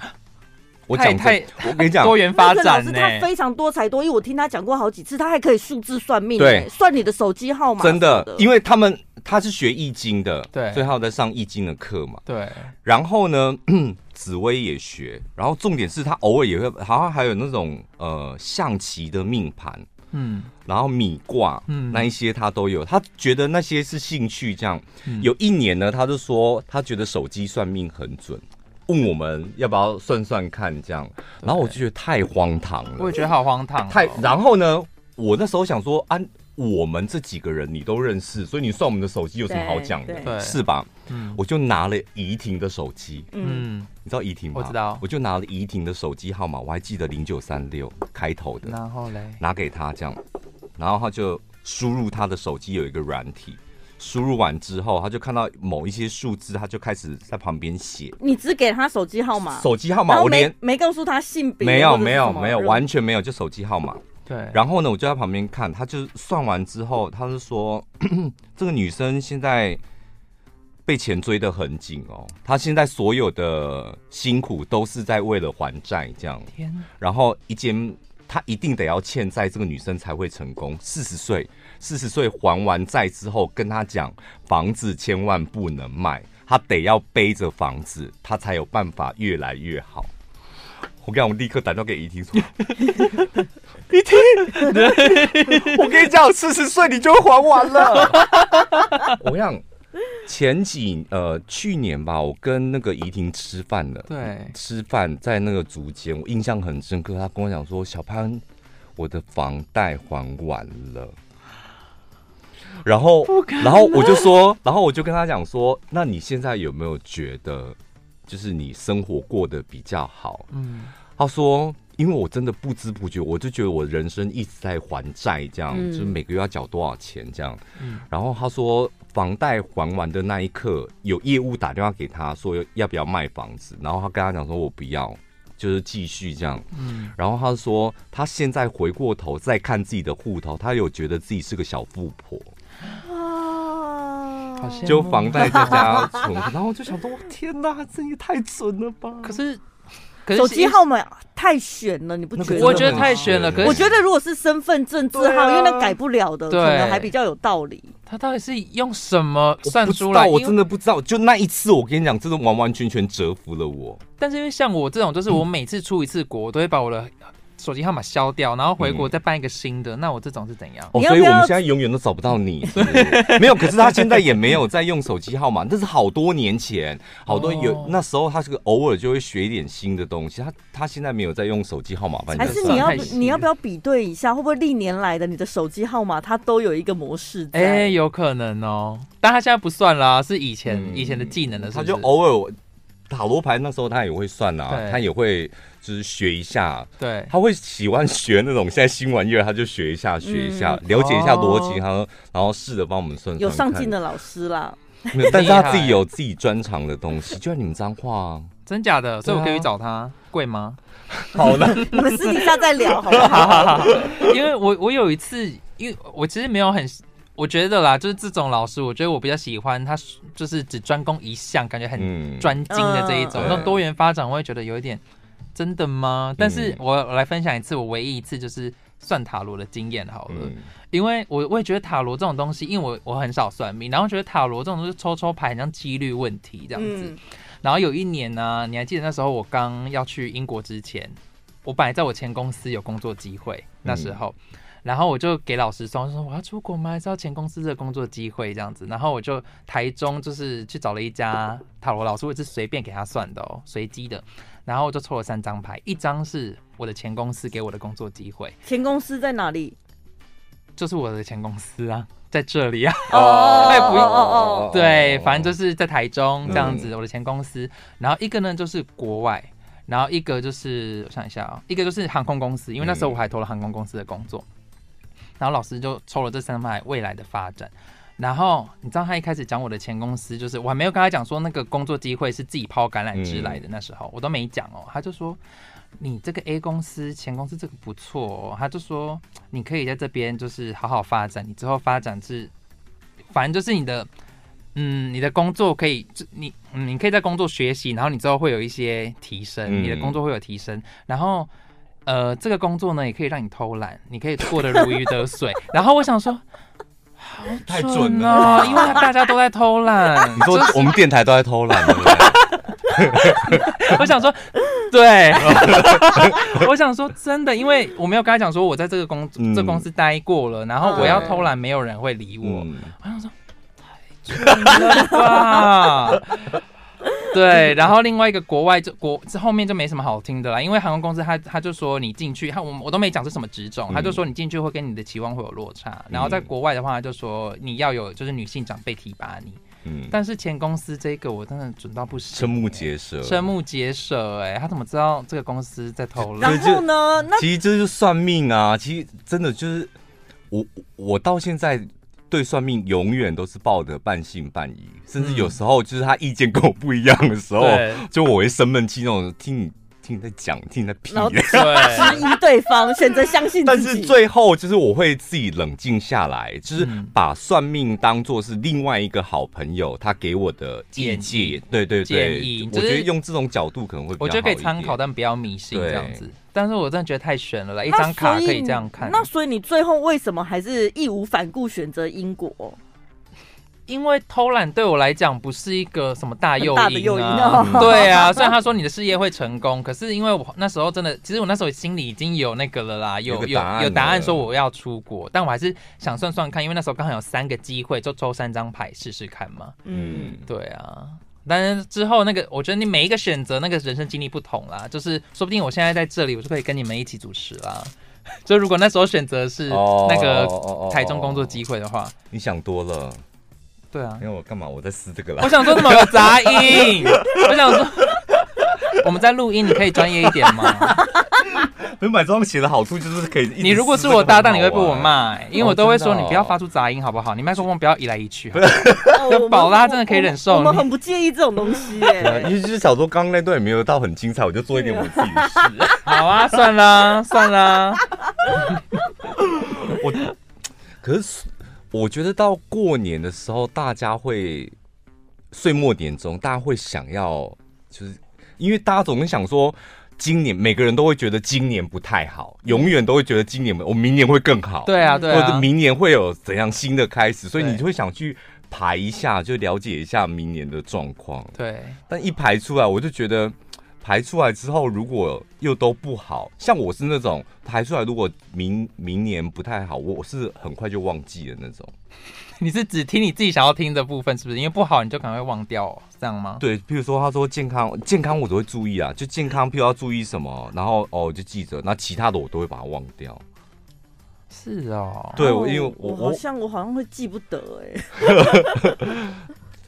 B: 我
A: 太
B: 讲真
A: 太，
B: 我跟你讲，
A: 多元
C: 那
A: 发
C: 个老
A: 展
C: 师
A: 呢、
C: 他非常多才多艺，我听他讲过好几次，他还可以数字算命、
B: 对
C: 欸，算你的手机号码什
B: 真
C: 么，
B: 的，因为他们他是学易经的，
A: 对
B: 所以他有在上易经的课嘛。
A: 对，
B: 然后呢，紫薇也学，然后重点是他偶尔也会，好像还有那种呃象棋的命盘，
A: 嗯
B: 然后米卦，
A: 嗯
B: 那一些他都有。他觉得那些是兴趣，这样。
A: 嗯
B: 有一年呢，他就说他觉得手机算命很准。问我们要不要算算看这样，然后我就觉得太荒唐了，
A: 我也觉得好荒唐、哦。
B: 太，然后呢，我那时候想说，啊，我们这几个人你都认识，所以你算我们的手机有什么好讲
C: 对
A: 对
B: 的，是吧？
A: 嗯
B: 我就拿了怡婷的手机，
C: 嗯，
A: 嗯，
B: 你知道怡婷吗？
A: 我知道
B: 我就拿了怡婷的手机号码，我还记得零九三六开头的，
A: 然后嘞，
B: 拿给他这样，然后他就输入他的手机有一个软体。输入完之后，他就看到某一些数字，他就开始在旁边写
C: 你只给他手机号码，
B: 手机号
C: 然
B: 码，
C: 后
B: 我
C: 没
B: 连
C: 没告诉他性别，
B: 没有
C: 或者是
B: 没有
C: 什么
B: 没有
C: 人
B: 完全没有，就手机号码。
A: 对，
B: 然后呢，我就在旁边看，他就算完之后，他就说 这个女生现在被钱追得很紧哦，她现在所有的辛苦都是在为了还债这样，
A: 天哪，
B: 然后一间。她一定得要欠债，这个女生才会成功。四十岁，四十岁还完债之后，跟她讲房子千万不能卖，她得要背着房子，她才有办法越来越好。我跟你讲，我立刻打电话给怡婷 说， 我跟你讲，四十岁你就还完了。我跟你讲，前几呃去年吧，我跟那个怡婷吃饭了，
A: 对
B: 吃饭在那个竹间，我印象很深刻。她跟我讲说，小潘，我的房贷还完 了。然后，然后我就说，然后我就跟她讲说，那你现在有没有觉得，就是你生活过得比较好？
A: 嗯，
B: 她说，因为我真的不知不觉，我就觉得我人生一直在还债，这样，
C: 嗯
B: 就是每个月要缴多少钱这样。
A: 嗯
B: 然后他说，房贷还完的那一刻，有业务打电话给他说要不要卖房子，然后他跟他讲说，我不要，就是继续这样。
A: 嗯，
B: 然后他说，他现在回过头再看自己的户头，他有觉得自己是个小富婆，
C: 啊
A: 好羡慕
B: 就房贷再加存款。然后我就想说，天哪，这也太准了吧！
A: 可是可是
C: 手机号码太悬了，你不
B: 那个真
C: 觉得
B: 的
C: 吗？
A: 我觉得太悬了
B: 很
A: 可是
C: 我觉得如果是身份证字
B: 对
C: 号，
B: 啊
C: 因为那改不了的，
A: 对
C: 可能还比较有道理。
A: 他到底是用什么
B: 我
A: 算
B: 不知
A: 出来？
B: 道我
A: 因为
B: 真的不知道。就那一次，我跟你讲，真的完完全全折服了我。
A: 但是因为像我这种，就是我每次出一次国，我都会把我的手机号码消掉，然后回
B: 嗯
A: 国再办一个新的。那我这种是怎样？
B: 哦，
C: 你要
B: 所
C: 不
B: 以我
C: 要
B: 们现在永远都找不到你，是不 是没有。可是他现在也没 有在用手机号码，那是好多年前，好多有、
A: 哦
B: 那时候他是个偶尔就会学一点新的东西。他他现在没有在用手机号码办
C: 还
B: 证，
C: 是
A: 啊算
C: 你要
A: 太细了
C: 你要不要比对一下，会不会历年来的你的手机号码它都有一个模式在？
A: 哎、有可能哦，但他现在不算啦，是以前、
B: 嗯
A: 以前的技能了是
B: 他
A: 不是，
B: 就哦偶尔我塔罗牌那时候他也会算啊
A: 对，
B: 他也会就是学一下。
A: 对，
B: 他会喜欢学那种现在新玩意儿，他就学一下，学一下，
C: 嗯
B: 了解一下逻
A: 哦
B: 辑，然后然后试着帮我们算算
C: 有上
B: 看
C: 进的老 师啦，
B: 没有但是他
A: 厉
B: 自
A: 害
B: 己有自己专长的东西，就像你们脏话、啊，
A: 真假的，所以我可以
B: 对啊
A: 去找他，贵吗？
B: 好了，
C: 我们私底下再聊好不 好？
A: 因为我我有一次，因为我其实没有很，我觉得啦，就是这种老师，我觉得我比较喜欢他，就是只专攻一项，感觉很
B: 嗯
A: 专精的这一种
B: 嗯。
A: 那
B: 对嗯
A: 多元发展，我会觉得有一点真的吗？但是我我来分享一次我唯一一次就是算塔罗的经验好了，
B: 嗯
A: 因为我我也觉得塔罗这种东西，因为我我很少算命，然后觉得塔罗这种东西抽抽牌，很像几率问题这样子。
C: 嗯，
A: 然后有一年呢、你还记得那时候我刚要去英国之前，我本来在我前公司有工作机会，那时候，然后我就给老师说，我说我要出国吗？还是要前公司的工作机会这样子？然后我就台中就是去找了一家塔罗老师，我也是随便给他算的哦，随机的。然后我就抽了三张牌，一张是我的前公司给我的工作机会，
C: 前公司在哪里？
A: 就是我的前公司啊，在这里啊。
C: 哦
A: 哎不
C: 哦
A: 对，反正就是在台中这样子，
B: 嗯
A: 我的前公司。然后一个呢就是国外，然后一个就是我想一下啊、一个就是航空公司，因为那时候我还投了航空公司的工作。然后老师就抽了这三块未来的发展。然后你知道他一开始讲我的前公司，就是我还没有跟他讲说那个工作机会是自己抛橄榄枝来的，
C: 嗯
A: 那时候、我都没讲哦，他就说你这个 A 公司前公司这个不错哦，他就说你可以在这边就是好好发展，你之后发展是，反正就是你的，嗯，你的工作可以，就你、嗯、你可以在工作学习，然后你之后会有一些提升，
B: 嗯
A: 你的工作会有提升，然后。呃，这个工作呢，也可以让你偷懒，你可以过得如鱼得 水。然后我想说，好
B: 太准
A: 准
B: 了
A: 啊，因为大家都在偷懒。
B: 你说我们电台都在偷懒，对不对？
A: 我想说，对， 我想说真的，因为我没有跟他讲说我在这个公、
B: 嗯
A: 这公司待过了，然后我
C: 对
A: 要偷懒，没有人会理我。
B: 嗯，
A: 我想说，太蠢了吧。对，然后另外一个国外就国这后面就没什么好听的啦，因为航空公司他他就说你进去，他我我都没讲是什么职种，
B: 嗯
A: 他就说你进去会跟你的期望会有落差，然后在国外的话他就说你要有就是女性长辈提拔你，
B: 嗯，
A: 但是前公司这个我真的准到不行，
B: 瞠目结舌，
A: 瞠。目结舌哎、他怎么知道这个公司在偷 懒？
C: 然后呢？ 那
B: 其实这就是算命啊，其实真的就是我我到现在对算命永远都是抱着半信半疑，甚至有时候就是他意见跟我不一样的时候，
A: 嗯对
B: 就我会生闷气那种，听你听你在讲，听你在屁
C: 然后
B: 耶。
A: 对，
C: 质疑对方，选择相信
B: 但
C: 自
B: 是
C: 己。
B: 最后就是我会自己冷静下来，就是
A: 嗯
B: 把算命当做是另外一个好朋友他给我的意
A: 建议
B: 见，对对对
A: 建议，
B: 我
A: 就是
B: 觉得用这种角度可能会比较
A: 我觉得可以参考，
B: 到。
A: 但不要迷信
B: 对
A: 这样子。但是我真的觉得太悬了啦，一
C: 那
A: 张卡
C: 所
A: 可以这样看。
C: 那所以你最后为什么还是义无反顾选择英国？
A: 因为偷懒对我来讲不是一个什么大诱
C: 很大的诱因
A: 因
C: 哦
A: 啊， 对啊。虽然他说你的事业会成功，可是因为我那时候真的，其实我那时候心里已经有那个了啦，有
B: 有个
A: 有
B: 答案
A: 有答案
B: 了
A: 说我要出国，但我还是想算算看，因为那时候刚好有三个机会，就抽三张牌试试看嘛。
C: 嗯，
A: 对啊，但是之后那个，我觉得你每一个选择，那个人生经历不同啦，就是说不定我现在在这里，我就可以跟你们一起主持啦。 就如果那时候选择是
B: 哦
A: 那个
B: 哦哦哦
A: 台中工作机会的话，
B: 你想多了，
A: 对啊
B: 因，为我干嘛？我在撕这个
A: 我
B: 啦。
A: 想说怎么有杂音？我想说。我们在录音，你可以专业一点 吗？
B: 没买这双鞋的好处就是可以一直撕这个很好玩。啊
A: 你如果是我搭档，你会被我骂、欸因为我都会说
B: 哦真的
A: 你
B: 哦
A: 不要发出杂音，好不好？你麦克风不要移来移去，好不好
C: 哦我们
A: 宝拉真的可以忍受
C: 我们我
A: 你
C: 们很不介意这种东西耶、
B: 对啊。因为就是想说刚刚那段也没有到很精彩，我就做一点我自己的事。
A: 好啊，算啦，算啦。
B: 我可是我觉得到过年的时候，大家会岁末年终，大家会想要，就是因为大家总是想说，今年每个人都会觉得今年不太好，永远都会觉得今年我明年会更好，、
A: 对啊，对
B: 或者
A: 啊，
B: 明年会有怎样新的开始，所以
A: 对
B: 你就会想去排一下，就了解一下明年的状况。
A: 对，
B: 但一排出来，我就觉得排出来之后，如果又都不好，像我是那种排出来，如果明明年不太好，我我是很快就忘记了那种。
A: 你是只听你自己想要听的部分，是不是？因为不好你就可能会忘掉、哦，这样吗？
B: 对，譬如说他说健康，健康我都会注意啊，就健康，譬如要注意什么，然后哦我就记着，那其他的我都会把它忘掉。
A: 是哦，
B: 对，
C: 哦
B: 我因为我
C: 我
B: 我
C: 好像我好像会记不得哎、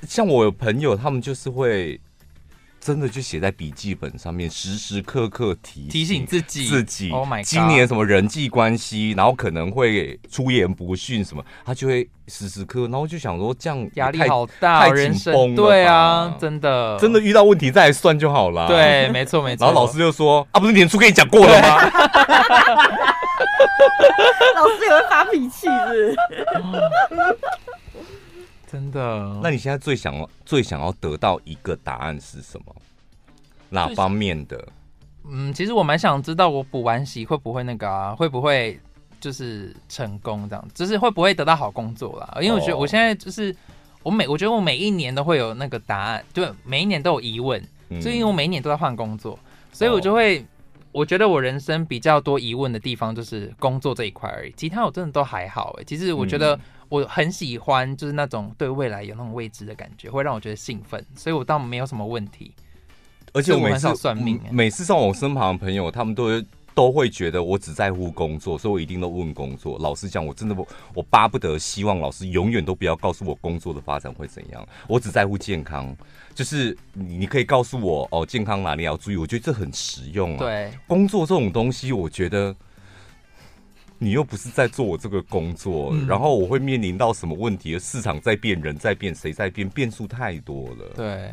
B: 像我有朋友，他们就是会真的就写在笔记本上面，时时刻刻提
A: 提醒自己
B: 自己
A: Oh my god！
B: 今年什么人际关系，然后可能会出言不逊什么，他就会时时刻，然后就想说这样也
A: 压力
B: 太，
A: 好大、
B: 太
A: 哦，
B: 紧
A: 人
B: 绷
A: 生
B: 了
A: 对
B: 吧
A: 啊，真的
B: 真的遇到问题再来算就好了。，
A: 对，没错没错。
B: 然后老师就说啊，不是年初跟你讲过了吗？
C: 老师也会发脾气是 不是？
A: 真的，
B: 那你现在最想要最想要得到一个答案是什么？哪
A: 最
B: 方面的？
A: 嗯，其实我蛮想知道我补完习会不会那个啊，会不会就是成功这样，就是会不会得到好工作啦？因为我觉得
B: 哦
A: 我现在就是。我每我觉得我每一年都会有那个答案，就每一年都有疑问，
B: 嗯哦
A: 所以因为我每一年都在换工作，所以我就会，我觉得我人生比较多疑问的地方就是工作这一块而已，其他我真的都还好哎、其实我觉得
B: 嗯
A: 我很喜欢，就是那种对未来有那种未知的感觉，会让我觉得兴奋，所以我倒没有什么问题。
B: 而且我每
A: 所以我很少
B: 次
A: 算命
B: 嗯
A: 欸
B: 每次上我身旁的朋友，他们都会都会觉得我只在乎工作，所以我一定都问工作。老实讲，我真的不，我巴不得希望老师永远都不要告诉我工作的发展会怎样，我只在乎健康。就是你你可以告诉我哦，健康哪里要注意，我觉得这很实用啊。，
A: 对，
B: 工作这种东西，我觉得。你又不是在做我这个工作，
A: 嗯
B: 然后我会面临到什么问题？市场在变，人在变，谁在变？变数太多了。
A: 对，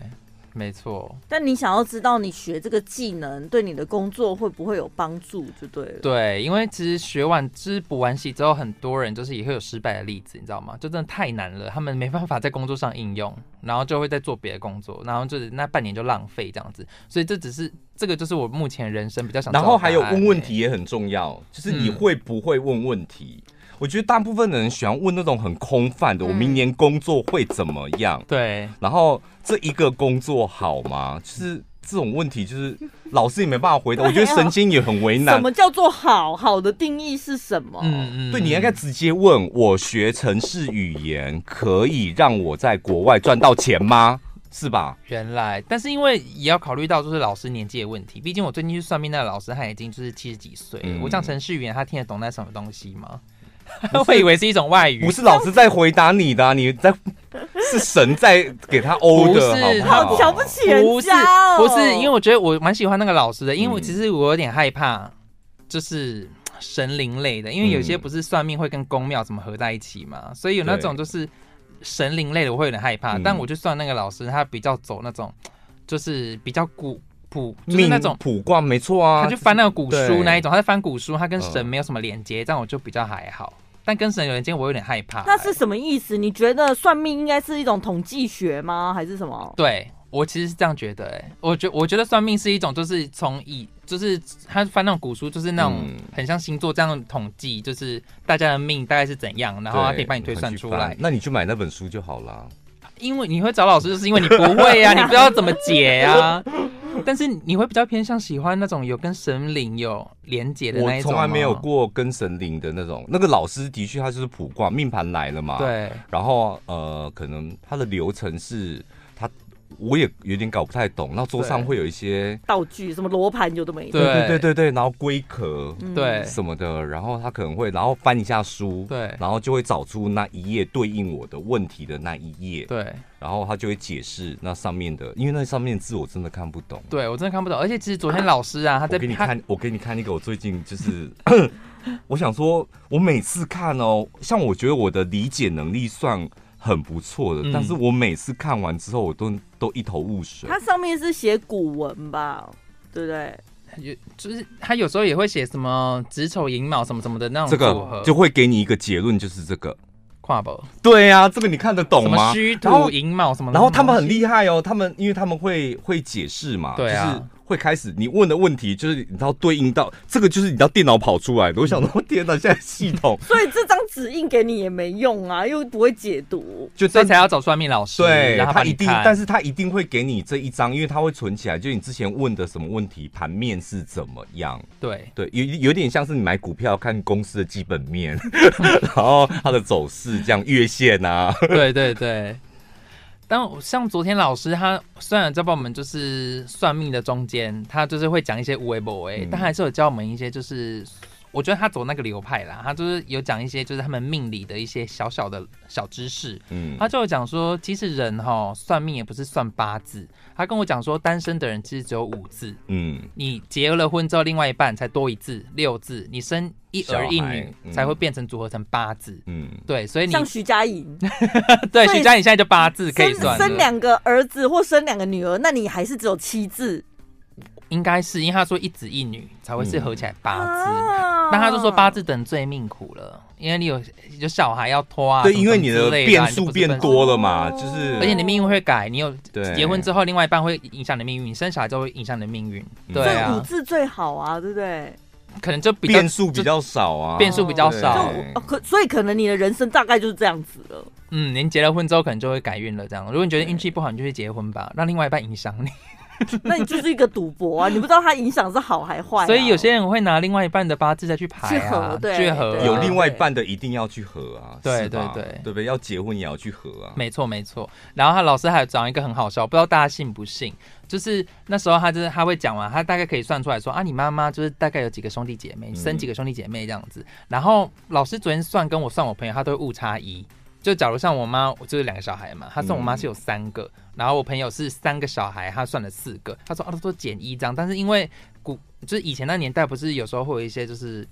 A: 没错，
C: 但你想要知道你学这个技能对你的工作会不会有帮助，就对了。
A: 对，因为其实学完就是补完习之后，很多人就是也会有失败的例子，你知道吗？就真的太难了，他们没办法在工作上应用，然后就会在做别的工作，然后就是那半年就浪费这样子。所以这只是这个就是我目前人生比较想知道
B: 然
A: 的
B: 后还有
A: 答案
B: 问问
A: 欸
B: 题，也很重要，就是你
A: 嗯
B: 会不会问问题？我觉得大部分的人喜欢问那种很空泛的，
C: 嗯
B: 我明年工作会怎么样？
A: 对，
B: 然后这一个工作好吗？就是这种问题，就是老师也没办法回答。
C: 对啊
B: 我觉得神仙也很为
C: 什
B: 难
C: 么。叫做好？好的定义是什么？
A: 嗯嗯，
B: 哦对，你应该直接问我学城市语言可以让我在国外赚到钱吗？是吧？
A: 原来，但是因为也要考虑到就是老师年纪的问题，毕竟我最近去算命那个老师他已经就是七十几岁了，
B: 嗯
A: 我讲程序员他听得懂那什么东西吗？他 会以为是一种外语，
B: 不是老师在回答你的啊、你 在是神在给他欧的，
A: 不是
B: 好不
A: 他
B: 好？
C: 好瞧不起人
A: 不是
C: 家哦！
A: 不是，因为我觉得我蛮喜欢那个老师的，因为我
B: 嗯
A: 其实我有点害怕，就是神灵类的，因为有些
B: 嗯
A: 不是算命会跟宫庙怎么合在一起嘛，所以有那种就是神灵类的我会有点害怕，
B: 嗯
A: 但我就算那个老师他比较走那种就是比较古朴，就是
B: 命
A: 那种。
B: 卜卦没错啊，
A: 他就翻那个古书
B: 对
A: 那一种，他在翻古书，他跟神
B: 嗯
A: 没有什么连接，这样我就比较还好。但跟神有连接，我有点害怕。
C: 那是什么意思？你觉得算命应该是一种统计学吗？还是什么？
A: 对我其实是这样觉得、欸，哎，我觉我觉得算命是一种，就是从以就是他翻那种古书，就是那种
B: 嗯
A: 很像星座这样统计，就是大家的命大概是怎样，然后他可以帮你推算出
B: 对很
A: 来
B: 去翻。那你就买那本书就好了。
A: 因为你会找老师，就是因为你不会啊呀、你不知道怎么解呀、但是你会比较偏向喜欢那种有跟神灵有连结的那
B: 我
A: 一种
B: 从
A: 吗
B: 来没有。过跟神灵的那种。那个老师的确他就是卜卦命盘来了嘛，。
A: 对，
B: 然后呃，可能他的流程是他我也有点搞不太懂。那桌上
A: 对
B: 会有一些
C: 道具什么罗盘有的没的，
A: 对
B: 对对对对，然后龟壳
C: 嗯
A: 对
B: 什么的，然后他可能会然后翻一下书，
A: 对
B: 然后就会找出那一页对应我的问题的那一页，
A: 对
B: 然后他就会解释那上面的，因为那上面字我真的看不懂。
A: 对，我真的看不懂。而且其实 昨天老师啊，他
B: 我
A: 在
B: 给你
A: 他
B: 看，我给你看一个，我最近就是， 我想说，我每次看哦，像我觉得我的理解能力算很不错的，
A: 嗯
B: 但是我每次看完之后，我都都一头雾水。
C: 它上面是写古文吧，对不对？
A: 有就是他有时候也会写什么子丑寅卯什么什么的那种
B: 这
A: 组合
B: 个就会给你一个结论，就是这个。
A: 跨博，
B: 对呀、这个你看得懂
A: 什么
B: 吗？
A: 虚
B: 然后
A: 土寅卯什么的嗯
B: 然后他们很厉害哦，他们因为他们会会解释嘛，
A: 对啊
B: 就是会开始你问的问题，就是你知道对应到这个，就是你知道电脑跑出来的。我想说，天哪，现在系统
C: 所以这张纸印给你也没用啊，又不会解读。
B: 就
A: 所
B: 在
A: 以才要找算命老师，
B: 对
A: 然后
B: 他
A: 帮你
B: 一定，
A: 看
B: 但是他一定会给你这一张，因为他会存起来，就你之前问的什么问题，盘面是怎么样？
A: 对
B: 对，有有点像是你买股票看公司的基本面， 然后它的走势，这样月线啊，
A: 对对对。但我像昨天老师他虽然在帮我们就是算命的中间，他就是会讲一些无为不为
B: 嗯，
A: 但还是有教我们一些就是。我觉得他走那个流派啦，他就是有讲一些就是他们命理的一些小小的小知识，
B: 嗯，
A: 他就有讲说，其实人哈算命也不是算八字，他跟我讲说，单身的人其实只有五字，
B: 嗯，
A: 你结了婚之后另外一半才多一字六字，你生一儿一
B: 小孩
A: 女
B: 嗯
A: 才会变成组合成八字。
B: 嗯，
A: 对，所以哎你
C: 像徐佳莹，
A: 对
C: 所以
A: 徐佳莹现在就八字可以
C: 生
A: 算
C: 生
A: 了，
C: 两个儿子或生两个女儿，那你还是只有七字
A: 应该是因为他说一子一女才会是合起来八字，
C: 啊
A: 那他就说八字等最命苦了，因为你有有小孩要拖啊，
B: 对，
A: 什么
B: 因为
A: 什么
B: 你
A: 之
B: 的
A: 类啊
B: 变
A: 你就
B: 数
A: 不是
B: 变
A: 分
B: 多了嘛，就
C: 哦
B: 是
A: 而且你的命运会改，你有
B: 对
A: 结婚之后，另外一半会影响你的命运，你生小孩之后会影响你的命运，
B: 嗯
A: 对
C: 这五
A: 啊，
C: 字最好啊，对不对？
A: 可能就比较
B: 变数比较少啊，
A: 变数比较
C: 就
A: 少
B: 对，
C: 哦可所以可能你的人生大概就是这样子 了。
A: 嗯，您结了婚之后可能就会改运了，这样。如果你觉得运气不好，你就去结婚吧，让另外一半影响你。
C: 那你就是一个赌博啊，你不知道它影响是好还坏啊、
A: 所以有些人会拿另外一半的八字再去排
C: 去
A: 啊
C: 合，对
A: 去合啊
C: 对
B: 有另外一半的一定要去合啊，
A: 对
B: 是吧
A: 对对
B: 对不对？要结婚也要去合
C: 嗯
B: 啊，
A: 没错没错，然后他老师还讲一个很好笑，不知道大家信不信，就是那时候他就是他会讲完，他大概可以算出来说啊，你妈妈就是大概有几个兄弟姐
C: 嗯
A: 妹，生几个兄弟姐妹这样子。然后老师昨天算跟我算我朋友，他都会误差一。就假如像我妈，我就是两个小孩
C: 嗯
A: 嘛，他算我妈是有三个，然后我朋友是三个小孩，他算了四个，他说啊，他说减一这样，但是因为古就是以前那年代不是有时候会有一些就是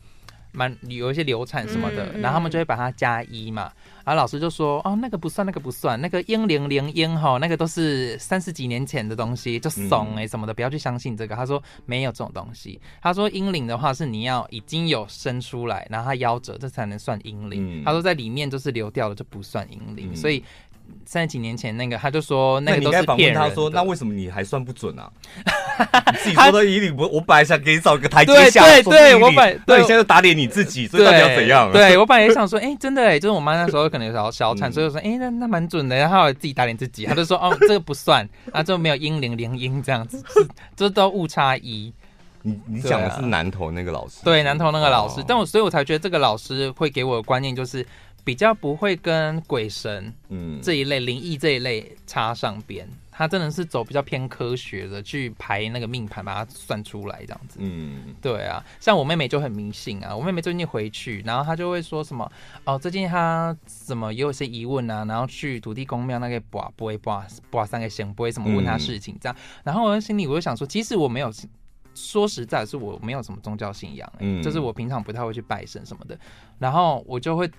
A: 蛮有一些流产什么的，
C: 嗯嗯
A: 然后他们就会把它加一嘛，然后老师就说：“哦，那个不算，那个不算，那个英零零英哈，那个都是三十几年前的东西，就
B: 嗯
A: 怂哎、什么的，不要去相信这个。”他说没有这种东西。他说英灵的话是你要已经有生出来，然后它夭折，这才能算英灵。
B: 嗯
A: 他说在里面就是流掉了就不算英灵，
B: 嗯
A: 所以三十几年前那个他就说
B: 那
A: 那个
B: 你
A: 都
B: 应该
A: 是
B: 反
A: 骗
B: 问
A: 人
B: 他
A: 的。
B: 说，那为什么你还算不 准啊？你自己说的一定不，我本来想给你找一个台阶
A: 对
B: 下，
A: 对
B: 说不定
A: 对我
B: 你
A: 本
B: 那
A: 对
B: 你现在就打脸你自己，所以到底要
A: 对
B: 怎样？，啊
A: 对我本来也想说，哎、真的哎、就是我妈那时候可能有小小
B: 嗯
A: 产，所以我说，哎、那那蛮准的。然后她有自己打脸自己，她就说，哦，这个不算， 啊，就没有阴零零阴这样子，是这都误差一。
B: 你你讲的
A: 对啊
B: 是南投那个老师，
A: 对，南投那个老师，
B: 哦
A: 但我所以我才觉得这个老师会给我的观念就是比较不会跟鬼神
B: 嗯
A: 这一类、灵异这一类插上边。他真的是走比较偏科学的，去排那个命盘，把它算出来这样子。
B: 嗯
A: 对啊，像我妹妹就很迷信啊，我妹妹最近回去，然后她就会说什么哦，最近她怎么也有一些疑问啊，然后去土地公庙那个卜卜卜卜三个仙卜什么问她事情这样，然后我在心里我就想说，其实我没有。说实在，是我没有什么宗教信仰、欸，
B: 嗯
A: 就是我平常不太会去拜神什么的，然后我就会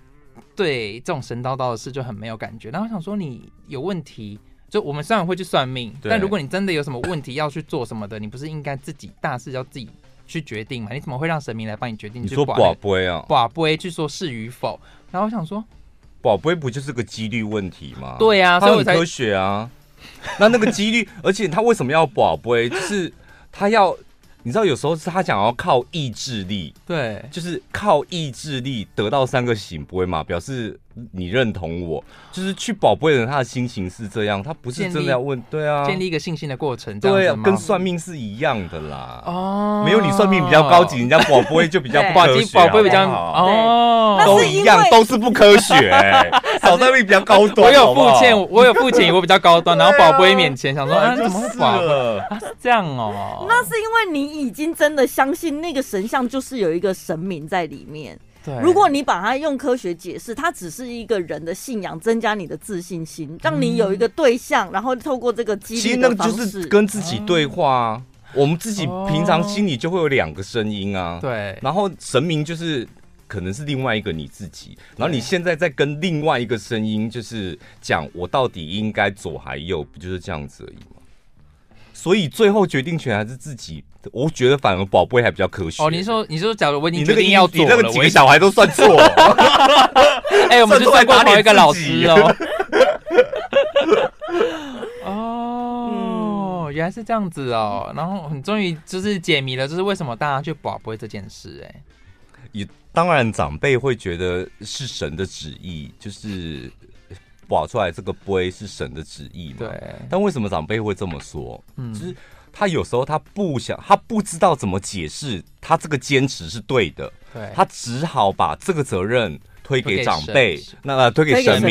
A: 对这种神叨叨的事就很没有感觉。然后我想说，你有问题，就我们虽然会去算命，
B: 对
A: 但如果你真的有什么问题要去做什么的，你不是应该自己大事要自己去决定嘛？你怎么会让神明来帮你决定？
B: 你说
A: 去
B: 宝贝啊，
A: 卦卜去说是与否？然后我想说，
B: 宝贝不就是个几率问题吗？
A: 对呀、
B: 它
A: 所以我
B: 很
A: 才
B: 科学啊。那那个几率，而且他为什么要宝贝？就是他要，你知道，有时候是他想要靠意志力，
A: 对
B: 就是靠意志力得到三个醒不会嘛，表示你认同我，就是去宝贝的人他的心情是这样，他不是
A: 建立
B: 真的要问，对啊，
A: 建立一个信心的过程，这
B: 对
A: 样子，
B: 啊
A: 吗？
B: 跟算命是一样的啦。
A: 哦，
B: 没有你算命比较高级，，人家宝贝就比较不
A: 宝
B: 科
A: 鸡
B: 学，啊
A: 宝贝比较
B: 好不好
A: 哦，
C: 那
B: 都
C: 是
B: 一
C: 因
B: 样，
C: 为
B: 都是不科学、欸 少在位比较高端。
A: 我有
B: 好不好
A: 付钱，，我有付钱，我比较高 端，然后
B: 对啊
A: 宝贝免钱，想说啊，
B: 本来就
A: 怎么会
B: 是
A: 宝贝
B: 了
A: 啊是这样哦？
C: 那是因为你已经真的相信那个神像就是有一个神明在里面。
A: 对，
C: 如果你把它用科学解释，它只是一个人的信仰，增加你的自信心，让你有一个对象，然后透过这个激
B: 其实
C: 励
B: 那
C: 的
B: 个
C: 方
B: 就
C: 式，
B: 是跟自己对话啊。我们自己
A: 哦
B: 平常心里就会有两个声音啊，，
A: 对，
B: 然后神明就是可能是另外一个你自己，然后你现在在跟另外一个声音就是讲我到底应该左还右，不就是这样子而已吗？所以最后决定权还是自己，我觉得反而宝贝还比较科学。
A: 哦，你说你说，假如我已
B: 你
A: 经
B: 那
A: 决
B: 个
A: 定要做
B: 你那个
A: 了，我
B: 几个
A: 也
B: 小孩都算错，
A: 哎，我们就算过同一个老师哦。
B: 嗯
A: 哦，原来是这样子哦。然后你终于就是解谜了，就是为什么大家去宝贝这件事、哎，
B: 也当然长辈会觉得是神的旨意，就是保出来这个杯是神的旨意嘛。。
A: 对，
B: 但为什么长辈会这么说？
A: 嗯
B: 就是他有时候他不想，他不知道怎么解释，他这个坚持是对的，
A: 对，
B: 他只好把这个责任。推给长
A: 推
B: 辈
A: 给神，
B: 那呃推给
C: 推给
B: 神明
C: 神，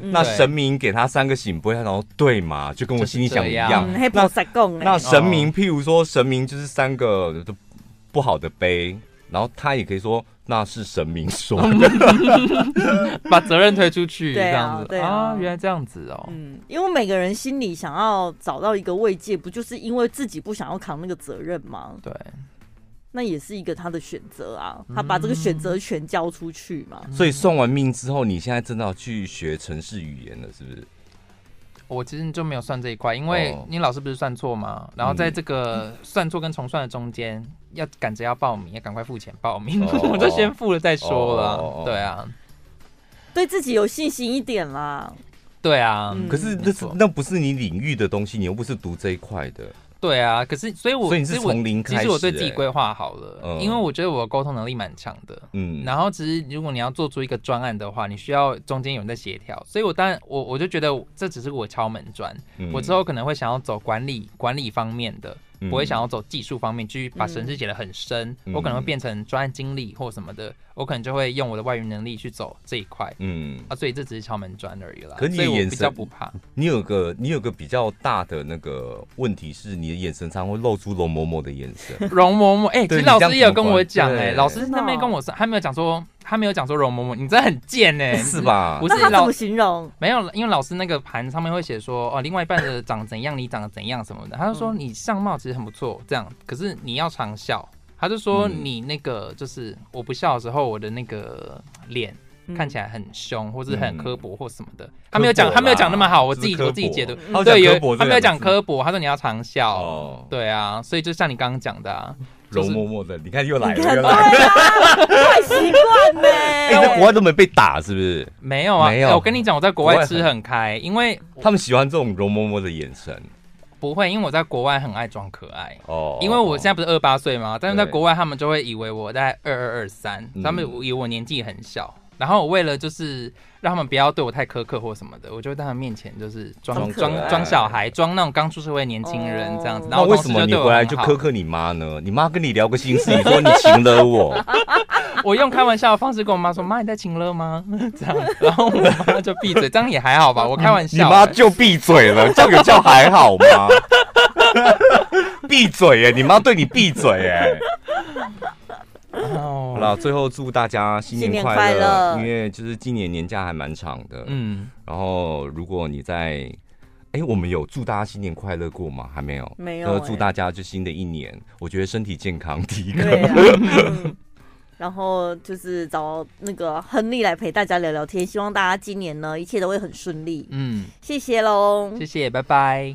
C: 明
B: 那
A: 嗯
B: 神明给他三个醒杯，他然后对嘛，就跟我心里想一
A: 就是这样哦
B: 样
C: 嗯，。黑菩
B: 那
C: 萨供
B: 那
C: 哎，
B: 神明，譬如说神明就是三个都不好的杯，然后他也可以说那是神明说的，
A: 把责任推出去，
C: 对啊
A: 这样子
C: 对啊
A: 原来这样子哦。
C: 嗯，因为每个人心里想要找到一个慰藉，不就是因为自己不想要扛那个责任吗？
A: 对，
C: 那也是一个他的选择啊，他把这个选择权交出去嘛。
A: 嗯
B: 所以算完命之后，你现在真的要去学城市语言了，是不是？
A: 我其实就没有算这一块，因为
B: 哦嗯
A: 你老师不是算错吗？然后在这个算错跟重算的中间，要赶着要报名，要赶快付钱报名，
B: 哦
A: 我就先付了再说了。
B: 哦哦哦
A: 对啊，
C: 对自己有信心一点啦。
A: 对啊，
C: 嗯
B: 可是那
A: 没
B: 是
A: 错
B: 那不是你领域的东西，你又不是读这一块的，
A: 对啊。可是，所以我
B: 所以你是
A: 其实我
B: 从零
A: 其
B: 开始、
A: 实我对自己
B: 欸
A: 规划好了，
B: 嗯
A: 因为我觉得我的沟通能力蛮强的。
B: 嗯，
A: 然后，其实如果你要做出一个专案的话，你需要中间有人在协调，所以我当然我我就觉得这只是我敲门砖，
B: 嗯
A: 我之后可能会想要走管理管理方面的，不会想要走技术方面，去把神志写得很深，
B: 嗯
A: 我可能会变成专案经理或什么的，我可能就会用我的外语能力去走这一块
B: 嗯，
A: 啊，所以这只是敲门砖而已啦。
B: 可你
A: 所以我
B: 眼
A: 比较
B: 神
A: 不怕，，
B: 你有个你有个比较大的那个问题是，你的眼神常会露出容嬷嬷的眼神
A: 容嬷嬷，哎、其
B: 对
A: 实
B: 你
A: 老
B: 这样
A: 师也有
B: 怎么
A: 跟我
B: 管
A: 讲、哎，
B: 对
A: 老师那边跟我说，他没有讲说，他没有讲说容嬷嬷，你真的很贱哎、
B: 是？吧
A: 不？
C: 那
A: 是
C: 他怎
A: 老
C: 么形容？
A: 没有，因为老师那个盘上面会写说，哦，另外一半的长怎样，你长怎样什么的。他就说
C: 嗯
A: 你相貌其实很不错，这样，可是你要常笑。他就说
B: 嗯
A: 你那个就是我不笑的时候，我的那个脸
C: 嗯
A: 看起来很凶，或是很刻薄或什么的。他没有讲，
B: 嗯刻薄啦
A: 他没有讲那么好，我自己
B: 就是刻薄
A: 我自己解读。
B: 有
A: 对，
B: 讲
A: 有
B: 刻薄这
A: 他没有讲
B: 两个字
A: 刻薄，他说你要常笑。
B: 哦，
A: 对啊，所以就像你刚刚讲的啊，就
B: 容
A: 是
B: 嬷嬷的，你看又来了，
C: 来对
B: 又来了。
C: 啊，坏习惯 呢。
B: 哎、在国外都没被打，是不是？
A: 没有啊，
B: 没有
A: 哎我跟你讲，我在国
B: 国
A: 外
B: 外
A: 吃
B: 很
A: 很开，因为
B: 他们喜欢这种容嬷嬷的眼神
A: 不会，因为我在国外很爱装可爱。
B: 哦。
A: 因为我现在不是二八岁嘛，但是在
B: 对
A: 国外他们就会以为我在二二二三，
B: 嗯
A: 他们以为我年纪很小。然后我为了就是让他们不要对我太苛刻或什么的，我就会在他们面前就是装
B: 装
A: 装
B: 可爱
A: 装小孩，装那种刚出社会的年轻人这样子。
C: 哦
A: 然
B: 那
A: 后
B: 为什么
A: 同事
B: 你
A: 对我
B: 回来
A: 很
B: 就
A: 好
B: 苛刻你妈呢？你妈跟你聊个心事，你说你情了我，
A: 我用开玩笑的方式跟我妈说：“妈，你在情了吗？” 这样，然后我妈就闭嘴，这样也还好吧，我开玩
B: 你
A: 笑、
B: 妈
A: 欸
B: 就闭嘴 了，叫有叫还好吗？ 闭嘴欸耶！你妈对你闭嘴耶！好
A: 哦，
B: 了，最后祝大家新
C: 新
B: 年
C: 年
B: 快
C: 快
B: 乐，
C: 乐
B: 因为就是今年年假还蛮长的，嗯，
A: 嗯，
B: 然后如果你在。哎，我们有祝大家新年快乐过吗？还没有，
C: 没有
B: 呃
C: 哎
B: 祝大家就新的一年，我觉得身体健康第一个。
C: 对啊。嗯然后就是找那个亨利来陪大家聊聊天，希望大家今年呢一切都会很顺利。
A: 嗯，
C: 谢谢喽，
A: 谢谢，拜拜。